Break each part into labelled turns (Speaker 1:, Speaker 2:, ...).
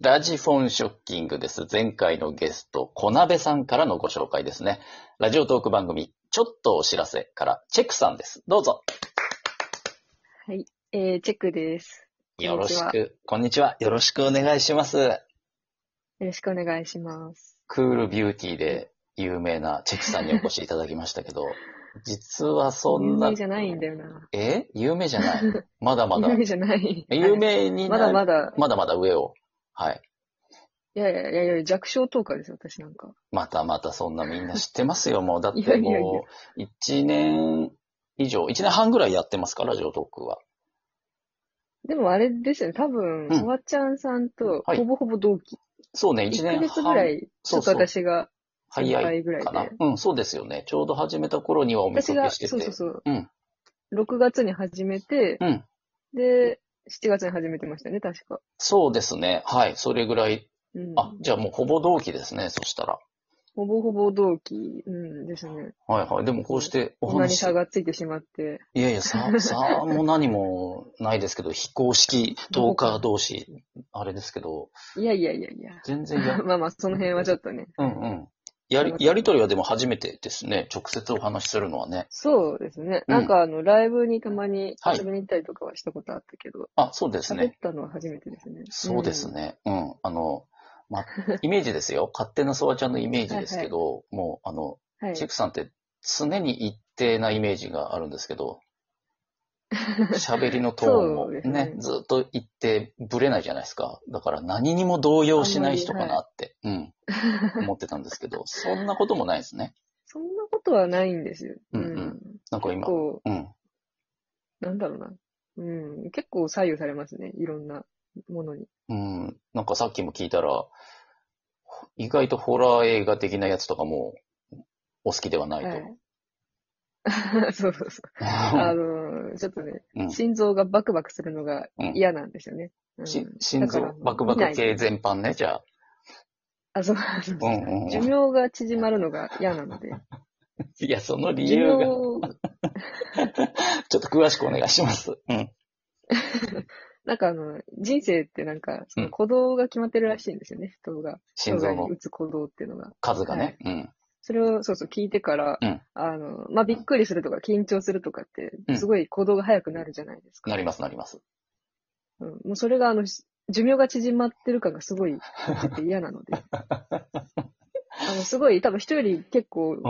Speaker 1: ラジフォンショッキングです。前回のゲスト、小鍋さんからのご紹介ですね。ラジオトーク番組、ちょっとお知らせから、チェックさんです。どうぞ。
Speaker 2: はい。えー、チェックです。
Speaker 1: よろしく、こんにちは。よろしくお願いします。
Speaker 2: よろしくお願いします。
Speaker 1: クールビューティーで有名なチェックさんにお越しいただきましたけど、 実はそ
Speaker 2: 有
Speaker 1: んな
Speaker 2: 名、じゃないんだよな。
Speaker 1: え有名じゃない。まだまだ
Speaker 2: 有。名じゃない。
Speaker 1: 有名にな
Speaker 2: ま
Speaker 1: る
Speaker 2: だまだ。
Speaker 1: まだまだ上を。はい。
Speaker 2: いやいやいやいや、弱小トーカーですよ、私なんか。
Speaker 1: またまたそんなみんな知ってますよ、もう。だっ
Speaker 2: いや
Speaker 1: て
Speaker 2: いやい
Speaker 1: もう、1年以上、1年半ぐらいやってますから、ラジオトークは。
Speaker 2: でもあれですよね、多分、
Speaker 1: うん
Speaker 2: おばちゃんさんと、
Speaker 1: はい
Speaker 2: ほぼほぼ同期。
Speaker 1: そうね、1
Speaker 2: 1
Speaker 1: 年
Speaker 2: ヶ月ぐら
Speaker 1: 半。
Speaker 2: い、ち
Speaker 1: そう
Speaker 2: ょっと
Speaker 1: そう
Speaker 2: 私が
Speaker 1: 早い
Speaker 2: いぐらい
Speaker 1: かな
Speaker 2: で。。
Speaker 1: うん、そうですよね。ちょうど始めた頃にはお見
Speaker 2: 私
Speaker 1: かけ
Speaker 2: が、
Speaker 1: して
Speaker 2: そうそ
Speaker 1: て
Speaker 2: う。そう。
Speaker 1: うん
Speaker 2: 6月に始めて、
Speaker 1: うん
Speaker 2: で、7月に始めてましたね、確か。
Speaker 1: そうですね。はい。それぐらい。
Speaker 2: うん、
Speaker 1: あ、じゃあもうほぼ同期ですね、そしたら。
Speaker 2: ほぼほぼ同期、うん、ですね。
Speaker 1: はいはい。でもこうしてお
Speaker 2: こんなに
Speaker 1: 話。
Speaker 2: 差がついてしまって。
Speaker 1: いやいや、さ、さも何もないですけど、非公式トーカー同士、あれですけど、
Speaker 2: いやいやいやいや。
Speaker 1: 全然や、
Speaker 2: まあまあ、その辺はちょっとね。
Speaker 1: うんうん。やり、やりとりはでも初めてですね。直接お話しするのはね。
Speaker 2: そうですね。
Speaker 1: うん
Speaker 2: なんか、あの、ライブにたまに
Speaker 1: はい
Speaker 2: 遊びに行ったりとかはしたことあったけど、
Speaker 1: あ、そうです
Speaker 2: 喋っ
Speaker 1: ね。
Speaker 2: たのは初めてですね。
Speaker 1: そうですね。うん。あの、ま、イメージです よ。勝手なソワちゃんのイメージですけど、もう、あの、
Speaker 2: うん。はい
Speaker 1: チェ。クさんって常に一定なイメージがあるんですけ ど、喋りのトーンも
Speaker 2: そう
Speaker 1: ね
Speaker 2: ですね
Speaker 1: ずっと一定ぶれないじゃないですか。だから何にも動揺しない人かなって、 うん、思ってたんですけど、そんなこともないですね。
Speaker 2: そんなことはないんですよ。
Speaker 1: うんうんなんか
Speaker 2: 結
Speaker 1: 今、
Speaker 2: 構、
Speaker 1: うん。
Speaker 2: なんだろうな。うん。結構左右されますね。いろんなものに。
Speaker 1: うん、なんかさっきも聞いたら、意外とホラー映画的なやつとかもお好きではないと。
Speaker 2: はい。 そうそうそう。あの、ちょっとね、
Speaker 1: うん
Speaker 2: 心臓がバクバクするのが
Speaker 1: うん
Speaker 2: 嫌なんですよね。うん
Speaker 1: し心臓
Speaker 2: だから
Speaker 1: バクバク系全般ね、じゃあ。
Speaker 2: あ、そうそうそう
Speaker 1: うんうんうん
Speaker 2: 寿命が縮まるのが嫌なので。
Speaker 1: いや、その理
Speaker 2: 寿
Speaker 1: 由が、
Speaker 2: 命
Speaker 1: ちょっと詳しくお願いします。うん。
Speaker 2: なんかあの、人生ってなんか、その鼓動が決まってるらしいんですよね、人が。
Speaker 1: 心
Speaker 2: 生
Speaker 1: 臓
Speaker 2: 涯
Speaker 1: の
Speaker 2: に打つ鼓動っていうのが。
Speaker 1: 数がね。うん。
Speaker 2: それを、そうそう、聞いてから、
Speaker 1: うん
Speaker 2: あの、まあ、びっくりするとか、緊張するとかっ
Speaker 1: う
Speaker 2: て、
Speaker 1: ん
Speaker 2: すごい鼓動が早くなるじゃないですか。
Speaker 1: なります、なります。
Speaker 2: うん、もうそれが、あの、し寿命が縮まってる感がすごい出てて嫌な ので。あの、すごい、多分人より結構、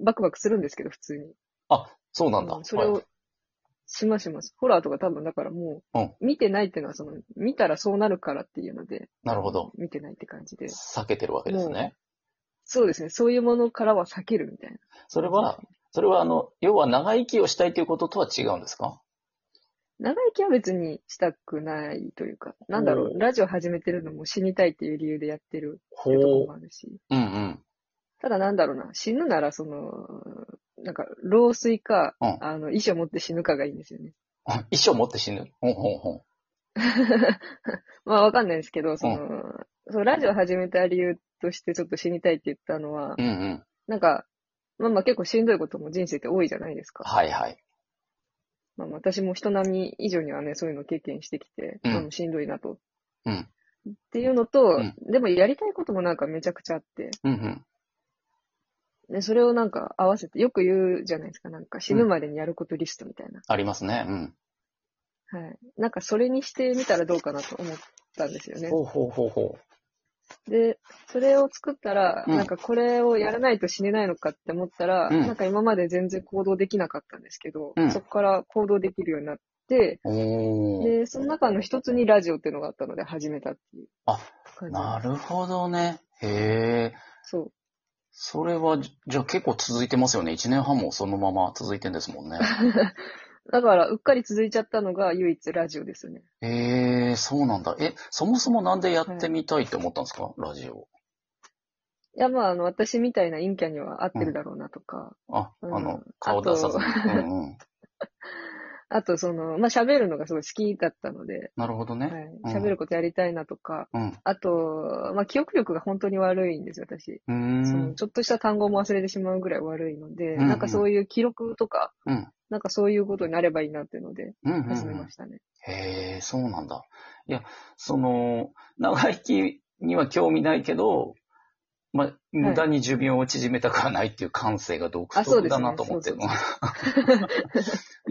Speaker 2: バクバクするんですけど、普通に。
Speaker 1: そうなんだ。
Speaker 2: うんそれ
Speaker 1: は
Speaker 2: を
Speaker 1: い、
Speaker 2: しまします。ホラーとか多分、だからも
Speaker 1: うん
Speaker 2: う、見てないっていうのは、その、見たらそうなるからっていうので、
Speaker 1: なるほど。
Speaker 2: 見てないって感じで。
Speaker 1: 避けてるわけですね。
Speaker 2: そうですね。そういうものからは避けるみたいな。
Speaker 1: それは、それはあの、要は長生きをしたいということとは違うんですか
Speaker 2: 長生きは別にしたくないというか、なんだろ
Speaker 1: う
Speaker 2: う、ラジオ始めてるのも死にたいっていう理由でやってるって
Speaker 1: ほ
Speaker 2: いうところもあるし、
Speaker 1: うんうん。
Speaker 2: ただなんだろうな、死ぬならその、なんか、老衰か、
Speaker 1: うん
Speaker 2: あの、意思を持って死ぬかがいいんですよね。
Speaker 1: 一生持って死ぬ。ほんほんほん。
Speaker 2: まあわかんないですけど、その、そのラジオ始めた理由としてちょっと死にたいって言ったのは、
Speaker 1: うんうん。
Speaker 2: なんか、まあまあ結構しんどいことも人生って多いじゃないですか。
Speaker 1: はいはい。
Speaker 2: まあ、私も人並み以上にはね、そういうのを経験してきて、
Speaker 1: うん
Speaker 2: まあしんどいなと。
Speaker 1: うん
Speaker 2: っていうのと、
Speaker 1: うん
Speaker 2: でもやりたいこともなんかめちゃくちゃあって、
Speaker 1: うんうん。
Speaker 2: でそれをなんか合わせて、よく言うじゃないですか、なんか死ぬまでにやることリストみたいな。
Speaker 1: ありますね。うん。
Speaker 2: はい。なんかそれにしてみたらどうかなと思ったんですよね。
Speaker 1: ほうほうほうほ
Speaker 2: で、それを作ったら、
Speaker 1: うん
Speaker 2: なんかこれをやらないと死ねないのかって思ったら、
Speaker 1: うん
Speaker 2: なんか今まで全然行動できなかったんですけど、
Speaker 1: うん
Speaker 2: そこから行動できるようになって、
Speaker 1: う。おー。
Speaker 2: で、その中の一つにラジオっていうのがあったので始めたっていう
Speaker 1: あ
Speaker 2: 感じ。
Speaker 1: なるほどね。へえ。
Speaker 2: そう。
Speaker 1: それは、じじゃあ結構続いてますよね。1年半もそのまま続いてんですも んね。
Speaker 2: だから、うっかり続いちゃったのが唯一ラジオですよね。
Speaker 1: ええそうなんだ。え、そもそもなんでやってみたいって思ったんですか、ラジオ。
Speaker 2: いや、まあ、あの、私みたいな陰キャには合ってるだろうなとか、
Speaker 1: あ、
Speaker 2: うん
Speaker 1: あの、顔出さずに。うんうん。
Speaker 2: あと、その、まあ、喋るのがすごい好きだったので、
Speaker 1: なるほど
Speaker 2: は
Speaker 1: ね。
Speaker 2: い。
Speaker 1: うん
Speaker 2: 喋ることやりたいなとか、
Speaker 1: うん。
Speaker 2: あと、まあ、記憶力が本当に悪いんですよ、私。
Speaker 1: うー
Speaker 2: その
Speaker 1: ん。
Speaker 2: ちょっとした単語も忘れてしまうぐらい悪いので、
Speaker 1: うんうん
Speaker 2: なんかそういう記録とか、
Speaker 1: うん。
Speaker 2: なんかそういうことになればいいなっていうので、
Speaker 1: うんうん、う
Speaker 2: 始めま
Speaker 1: ん。
Speaker 2: したね。
Speaker 1: へえ、そうなんだ。いや、その、長生きには興味ないけど、まあ、無駄に寿命を縮めたくはないっていう感性が独
Speaker 2: あそう
Speaker 1: 特
Speaker 2: です
Speaker 1: だ
Speaker 2: ね
Speaker 1: なと思ってる
Speaker 2: そ う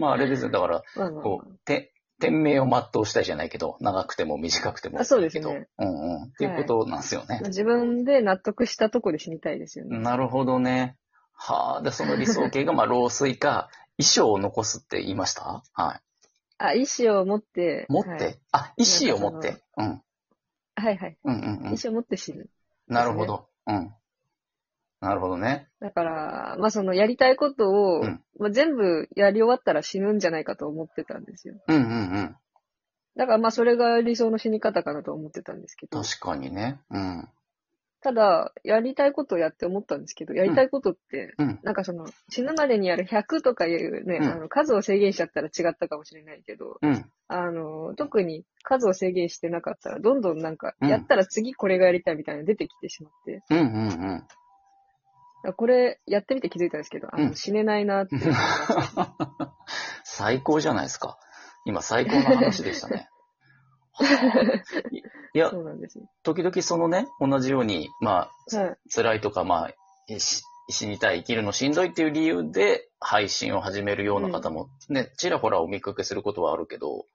Speaker 1: まあ、あれですよ。だから、
Speaker 2: まあまあま
Speaker 1: こう、て、天命を全うしたいじゃないけど、長くても短くてもいいけど。
Speaker 2: あそうですね
Speaker 1: うんうん。っていうことなんですよね
Speaker 2: あ。自分で納得したとこで死にたいですよね。
Speaker 1: なるほどね。はあ。で、その理想形が、まあ、老衰か、遺書を残すって言いましたはい。
Speaker 2: あ、意思を持って、
Speaker 1: 持って、
Speaker 2: はい、
Speaker 1: あ、意思を持って。うん。
Speaker 2: はいはい。
Speaker 1: うんうんうん
Speaker 2: 意。思を持って死ぬ。
Speaker 1: なるほど。うん。なるほどね。
Speaker 2: だから、まあそのやりたいことを、
Speaker 1: うん
Speaker 2: まあ、全部やり終わったら死ぬんじゃないかと思ってたんですよ。
Speaker 1: うんうんうん。
Speaker 2: だからまあそれが理想の死に方かなと思ってたんですけど、
Speaker 1: 確かにね。うん。
Speaker 2: ただ、やりたいことをやって思ったんですけど、やりたいことって、
Speaker 1: うん。
Speaker 2: なんかその死ぬまでにやる100とかいうね、
Speaker 1: うん
Speaker 2: あの数を制限しちゃったら違ったかもしれないけど、
Speaker 1: うん。
Speaker 2: あの、特に数を制限してなかったら、どんどんなんか、
Speaker 1: うん
Speaker 2: やったら次これがやりたいみたいなの出てきてしまって、だか
Speaker 1: うんうんうん。
Speaker 2: らこれやってみて気づいたんですけど、あ
Speaker 1: うん
Speaker 2: の、死ねないなって。
Speaker 1: 最高じゃないですか。今、最高な話でしたね。はあいいや
Speaker 2: そ、うなんですよ。
Speaker 1: 時々そのね、同じように、まあ、
Speaker 2: はい。
Speaker 1: 辛いとか、まあ、し死にたい、生きるのしんどいっていう理由で配信を始めるような方もね、ちらほらお見かけすることはあるけど、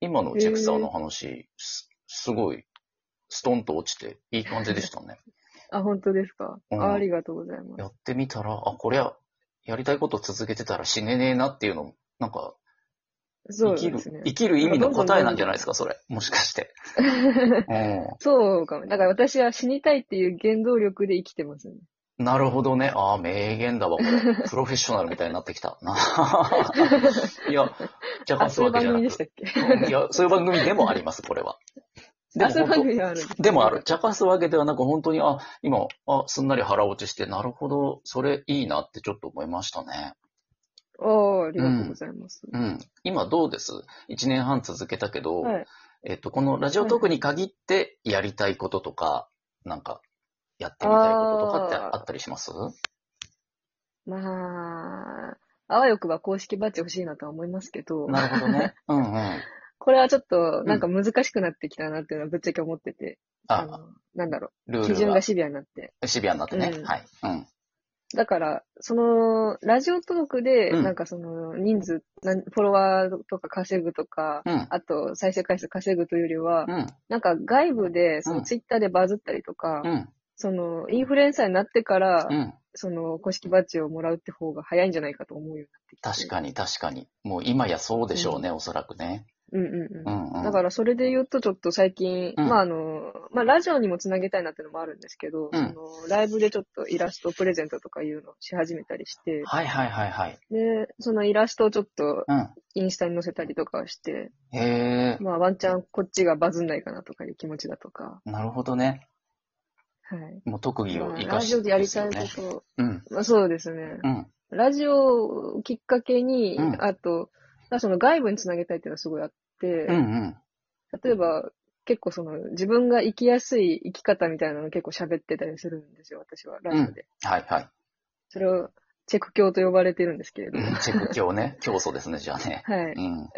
Speaker 1: 今のチェクさんの話、すすごい、ストンと落ちて、いい感じでしたね。
Speaker 2: あ、本当ですか、
Speaker 1: うん
Speaker 2: あありがとうございます。
Speaker 1: やってみたら、あ、こりゃ、やりたいこと続けてたら死ねねえなっていうのも、なんか、生
Speaker 2: そう
Speaker 1: き
Speaker 2: で
Speaker 1: る、
Speaker 2: すね。
Speaker 1: 生きる意味の答えなんじゃないですか、それ。もしか して。う
Speaker 2: そうかも。だから私は死にたいっていう原動力で生きてますね。
Speaker 1: ん。なるほどね。ああ、名言 だわ、これ。プロフェッショナルみたいになってきた。ないや、じゃあ、
Speaker 2: あ、
Speaker 1: そ
Speaker 2: そう
Speaker 1: う
Speaker 2: い
Speaker 1: いううわけじゃな
Speaker 2: 番組で
Speaker 1: く
Speaker 2: したっけ
Speaker 1: うんいや、そういう番組でもあります、これは。で
Speaker 2: あ、
Speaker 1: も
Speaker 2: そういう番
Speaker 1: 本
Speaker 2: 組はあるんです
Speaker 1: 当、でもある。茶化すわけではなく、本当に、あ、今、あ、すんなり腹落ちして、なるほど、それいいなってちょっと思いましたね。
Speaker 2: ああ、ありがとうございます。
Speaker 1: うん。今どうです一年半続けたけど、
Speaker 2: はい。
Speaker 1: えっと、このラジオトークに限ってやりたいこととか、なんか、やってみたいこととかってあったりします
Speaker 2: まあ、あわよくば公式バッジ欲しいなとは思いますけど。
Speaker 1: なるほど ね。うんうん。あ、
Speaker 2: これはちょっと、なんか難しくなってきたなっていうのはぶっちゃけ思ってて、あの、なんだろ
Speaker 1: ル
Speaker 2: う、
Speaker 1: ー
Speaker 2: 基準
Speaker 1: ル
Speaker 2: が
Speaker 1: が
Speaker 2: シビアになって。
Speaker 1: シビアになってね。
Speaker 2: うん
Speaker 1: はい。うん。
Speaker 2: だから、その、ラジオトークで、
Speaker 1: うん
Speaker 2: なんかその、人数、なんフォロワーとか稼ぐとか、
Speaker 1: うん。
Speaker 2: あと、再生回数稼ぐというよりは、
Speaker 1: うん。
Speaker 2: なんか外部で、そ
Speaker 1: うん
Speaker 2: の、ツイッターでバズったりとか、
Speaker 1: うん。
Speaker 2: その、インフルエンサーになってから、
Speaker 1: うん。
Speaker 2: その、公式バッジをもらうって方が早いんじゃないかと思うようになってきて。
Speaker 1: 確かに確かに。もう今やそうでしょうね、おそらくね。
Speaker 2: うんうんうん。
Speaker 1: うんうん。
Speaker 2: だからそれで言うとちょっと最近、
Speaker 1: うん
Speaker 2: まああの、まあラジオにもつなげたいなってのもあるんですけど、
Speaker 1: うん
Speaker 2: そのライブでちょっとイラストプレゼントとかいうのをし始めたりして、
Speaker 1: はいはいはいはい。
Speaker 2: で、そのイラストをちょっと
Speaker 1: う
Speaker 2: インスタに載せたりとかして、
Speaker 1: ん。へえ。
Speaker 2: まあワンチャンこっちがバズんないかなとかいう気持ちだとか、
Speaker 1: なるほどね。
Speaker 2: はい。
Speaker 1: もう特技を
Speaker 2: まあ
Speaker 1: 生
Speaker 2: ラ
Speaker 1: か
Speaker 2: ジ
Speaker 1: し
Speaker 2: オ
Speaker 1: て
Speaker 2: で
Speaker 1: で
Speaker 2: やり
Speaker 1: す
Speaker 2: た
Speaker 1: よ
Speaker 2: い
Speaker 1: ね。
Speaker 2: こと、
Speaker 1: うん。
Speaker 2: まあ、そうですね。
Speaker 1: うん。
Speaker 2: ラジオをきっかけに、
Speaker 1: うん
Speaker 2: あと、まあその外部につなげたいっていうのはすごいあって、
Speaker 1: うんうん。
Speaker 2: 例えば、結構その、自分が生きやすい生き方みたいなの結構喋ってたりするんですよ、私は、ラジオで。
Speaker 1: はいはい。
Speaker 2: それを、チェク教と呼ばれてるんですけれど
Speaker 1: う
Speaker 2: も。
Speaker 1: んチェッ ク今日ね。競争ですね、じゃあね。
Speaker 2: はい。
Speaker 1: うん。うん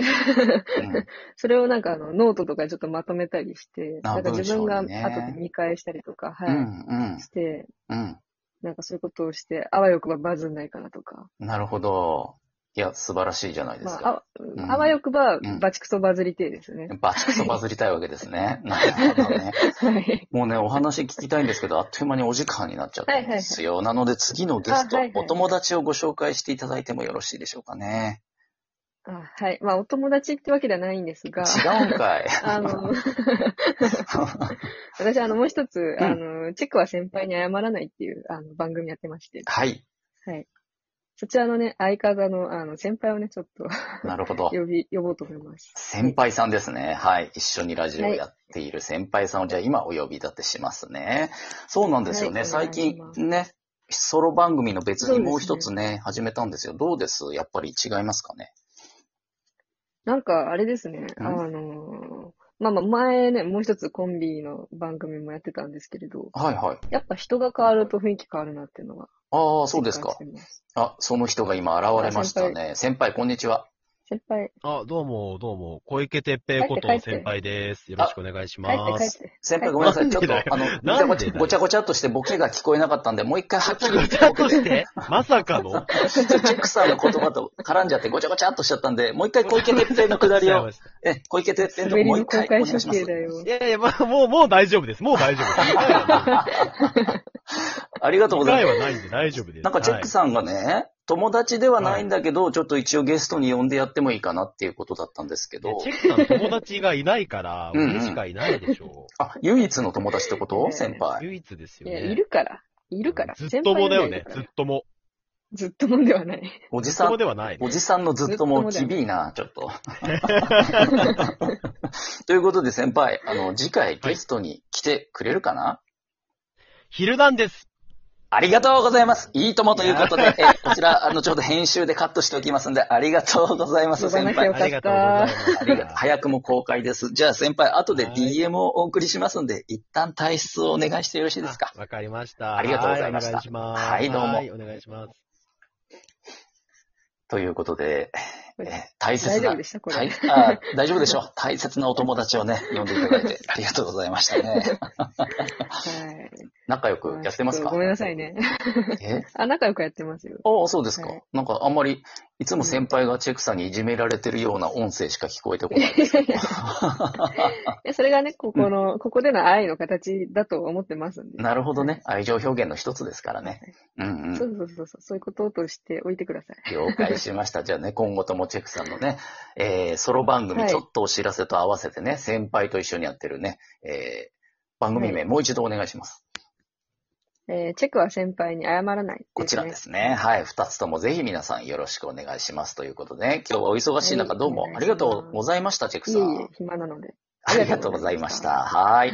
Speaker 2: それをなんかあの、ノートとかにちょっとまとめたりして、
Speaker 1: あ
Speaker 2: なんか自分が
Speaker 1: 文章
Speaker 2: 後
Speaker 1: にね
Speaker 2: で見返したりとか、
Speaker 1: う
Speaker 2: は
Speaker 1: んうん
Speaker 2: い。して、
Speaker 1: うん。
Speaker 2: なんかそういうことをして、あわよくばバズんないかなとか。
Speaker 1: なるほど。いや、素晴らしいじゃないで
Speaker 2: ますあ、
Speaker 1: か。
Speaker 2: あ
Speaker 1: ん
Speaker 2: あわよくば
Speaker 1: ん、
Speaker 2: バチクソバズりてえですね。
Speaker 1: バチクソバズりたいわけです ね。なるほどね。
Speaker 2: はい。
Speaker 1: もうね、お話聞きたいんですけど、あっという間にお時間になっちゃったんですよ。なので次のゲスト、
Speaker 2: あはいはい
Speaker 1: お友達をご紹介していただいてもよろしいでしょうかね。
Speaker 2: あ はい。まあ、お友達ってわけではないんですが、
Speaker 1: 違うんかい。
Speaker 2: あの、私、あの、もう一つ、あの、チェクは先輩に謝らないっていう、あの、番組やってまして、
Speaker 1: はい。
Speaker 2: そちらのね、相方の、あの、先輩をね、ちょっと、
Speaker 1: なるほど。
Speaker 2: 呼び、呼ぼうと思います。
Speaker 1: 先輩さんですね。はい。一緒にラジオをやっている先輩さんを、じゃあ今お呼び立てしますね。そうなんですよね。
Speaker 2: はい
Speaker 1: 最近
Speaker 2: お願いし
Speaker 1: ね、ソロ番組の別
Speaker 2: そう
Speaker 1: に
Speaker 2: ですね
Speaker 1: もう一つね、始めたんですよ。どうですやっぱり違いますかね。
Speaker 2: なんか、あれですね。
Speaker 1: う
Speaker 2: あ
Speaker 1: ん
Speaker 2: のーまあまあ、前ね、もう一つコンビの番組もやってたんですけれど、
Speaker 1: はいはい。
Speaker 2: やっぱ人が変わると雰囲気変わるなっていうのは、
Speaker 1: ああ、そうですか
Speaker 2: 実。感してます
Speaker 1: あ、その人が今現れましたね。先輩、こんにちは。
Speaker 2: 先輩、
Speaker 3: あ、どうも、どうも、小池徹平こと
Speaker 2: 帰って帰って
Speaker 3: 先輩です。よろしくお願いし
Speaker 2: 帰って
Speaker 3: ま
Speaker 2: 帰っ
Speaker 3: す。
Speaker 2: て。
Speaker 1: 先輩、ごめんなさい。ちょっと
Speaker 3: なんでだ、よ
Speaker 1: あの、ごちゃ
Speaker 3: な
Speaker 1: ご
Speaker 3: んで
Speaker 1: ちゃ
Speaker 3: だよ
Speaker 1: ごちゃごちゃっとしてボケが聞こえなかったんで、もう一回はっきり
Speaker 3: ご
Speaker 1: 言って
Speaker 3: ちゃっとして、まさかの。
Speaker 1: ちょっとチェックさんの言葉と絡んじゃってごちゃごちゃっとしちゃったんで、もう一回小池徹平のくだりを、え、小池徹平のとこ
Speaker 2: 滑り
Speaker 1: もう
Speaker 2: の
Speaker 1: 一
Speaker 2: 公
Speaker 1: 回
Speaker 2: 開
Speaker 1: お願い
Speaker 2: 処
Speaker 1: しま
Speaker 2: 刑だ
Speaker 1: す。
Speaker 2: よ
Speaker 3: い。やいや、まあ、もう、もう大丈夫です。もう大丈夫です。
Speaker 1: ありがとうご
Speaker 3: 答
Speaker 1: ざい
Speaker 3: 回
Speaker 1: ます。
Speaker 3: はないんで大丈夫です。
Speaker 1: なんかチェックさんがね、友達ではないんだけど、ちょっと一応ゲストに呼んでやってもいいかなっていうことだったんですけ
Speaker 3: はいい
Speaker 1: ど
Speaker 3: や、チェックさんの友達がいないから、
Speaker 1: うんうん
Speaker 3: 俺しかいないでしょ
Speaker 1: あ、唯一の友達ってこと
Speaker 2: ね
Speaker 1: 先
Speaker 3: う。
Speaker 1: 輩。
Speaker 3: 唯一です
Speaker 2: い
Speaker 3: よ
Speaker 2: や、
Speaker 3: ね。
Speaker 2: いるから。いるから。
Speaker 3: ずっともだよ
Speaker 2: 先輩
Speaker 3: ね
Speaker 2: なん。だ
Speaker 3: ずっ
Speaker 2: から
Speaker 3: とも。
Speaker 2: ずっともんではない。
Speaker 1: おじ
Speaker 3: ずっ
Speaker 1: さ
Speaker 3: とも
Speaker 1: ん、
Speaker 3: ではない。
Speaker 1: おじさんのずっともきびいな、ちょっと。と いうことで先輩、あの、次回ゲストに来てくれるかな、
Speaker 3: 昼なんです。
Speaker 1: ありがとうございます。いいともということで、えこちら、あの、ちょうど編集でカットしておきますんで、ありがとうございます、
Speaker 2: 呼ばな
Speaker 1: 先
Speaker 2: きゃ
Speaker 1: 輩
Speaker 2: よ。
Speaker 3: あ
Speaker 2: か
Speaker 3: り
Speaker 2: っ
Speaker 3: がとうござい
Speaker 2: た
Speaker 3: ま。
Speaker 1: ありが
Speaker 3: す。
Speaker 1: 早くも公開です。じゃあ先輩、後で
Speaker 3: はい
Speaker 1: DM をお送りしますんで、一旦退出をお願いしてよろしいですか
Speaker 3: あ。わかりました。
Speaker 1: ありがとうございました
Speaker 3: はお願いします。
Speaker 1: はいどうも
Speaker 3: はい、お願いします。
Speaker 1: ということで、えー大切な、
Speaker 2: 大丈夫でしたこれ。
Speaker 1: 大あ ー大丈夫でしょう。大切なお友達をね、呼んでいただいて、ありがとうございました ね。
Speaker 2: はい。
Speaker 1: 仲良くやってます
Speaker 2: ちょ
Speaker 1: か
Speaker 2: とごめんなさ いね。
Speaker 1: え
Speaker 2: あ、仲良くやってます よ。
Speaker 1: ああ、そうですか
Speaker 2: はい。
Speaker 1: なんかあんまり、いつも先輩がチェックさんにいじめられてるような音声しか聞こえてこ
Speaker 2: い
Speaker 1: な
Speaker 2: や
Speaker 1: い
Speaker 2: い
Speaker 1: で
Speaker 2: や
Speaker 1: す
Speaker 2: いやいや、それがね、ここの、ここでの愛の形だと思ってますん で。
Speaker 1: なるほどね。愛情表現の一つですからね。うんう
Speaker 2: そうそうそうそう、そういうこととしておいてくださ
Speaker 1: ん。
Speaker 2: い。
Speaker 1: 了解しました。じゃあ ね、今後ともチェックさんのね、えー、ソロ番組、
Speaker 2: はい
Speaker 1: ちょっとお知らせと合わせてね、先輩と一緒にやってるね、えー、番組名、
Speaker 2: は
Speaker 1: もう一度お願いします。
Speaker 2: えーチェクは先輩に謝らない、。
Speaker 1: こちらですすね。はい。二つともぜひ皆さんよろしくお願いしますということで、ね、今日はお忙しい中
Speaker 2: はい
Speaker 1: どうもありがとうございました、チェック
Speaker 2: い
Speaker 1: さ
Speaker 2: えいえ
Speaker 1: ん。、
Speaker 2: 暇なので。
Speaker 1: ありがとうございました。はい。